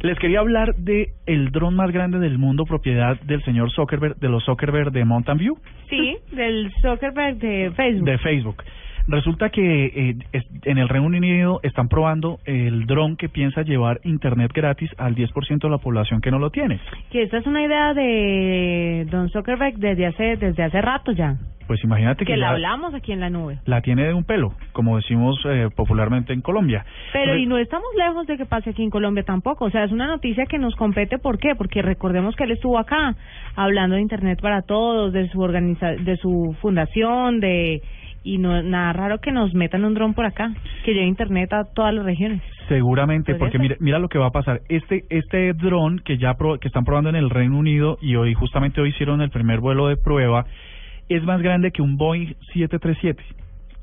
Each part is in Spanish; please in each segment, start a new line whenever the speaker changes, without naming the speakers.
Les quería hablar de el dron más grande del mundo, propiedad del señor Zuckerberg, de los Zuckerberg de Mountain View,
Sí, del Zuckerberg de Facebook.
de Facebook. Resulta que eh, es- en el Reino Unido están probando el dron que piensa llevar internet gratis al 10% de la población que no lo tiene.
Que esta es una idea de Don Zuckerberg desde hace desde hace rato ya.
Pues imagínate que,
Que la
ya
hablamos aquí en la nube.
la tiene de un pelo, como decimos eh, popularmente en Colombia.
Pero
Re-
y no estamos lejos de que pase aquí en Colombia tampoco. O sea, es una noticia que nos compete. ¿Por qué? Porque recordemos que él estuvo acá hablando de Internet para Todos, de su organiza de su fundación, de y no nada raro que nos metan un dron por acá que lleve Internet a todas las regiones.
Seguramente,
Podría
porque
ser.
mira, mira lo que va a pasar. Este este dron que ya pro- que están probando en el Reino Unido y hoy justamente hoy hicieron el primer vuelo de prueba es más grande que un Boeing 737.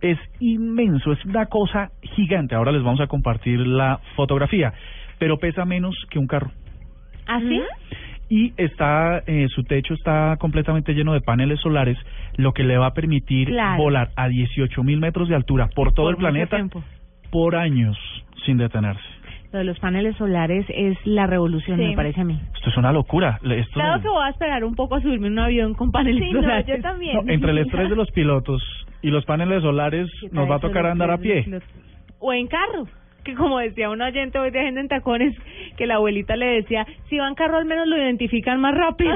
Es inmenso, es una cosa gigante. Ahora les vamos a compartir la fotografía, pero pesa menos que un carro
¿Así?
y está eh, su techo está completamente lleno de paneles solares, lo que le va a permitir
Claro.
volar a 18 mil metros de altura por todo
Por
el
mucho
planeta
tiempo.
por años sin detenerse.
Lo de los paneles solares es la revolución,
Sí.
me parece a mí.
Esto es una locura. Le- Esto,
Claro que voy a esperar un poco a subirme en un avión con paneles
Sí, no,
solares.
yo también.
No, entre el estrés de los pilotos y los paneles solares nos va a tocar andar a pie.
O en carro. Que como decía un oyente hoy de Agenda en Tacones, que la abuelita le decía, si va en carro al menos lo identifican más rápido.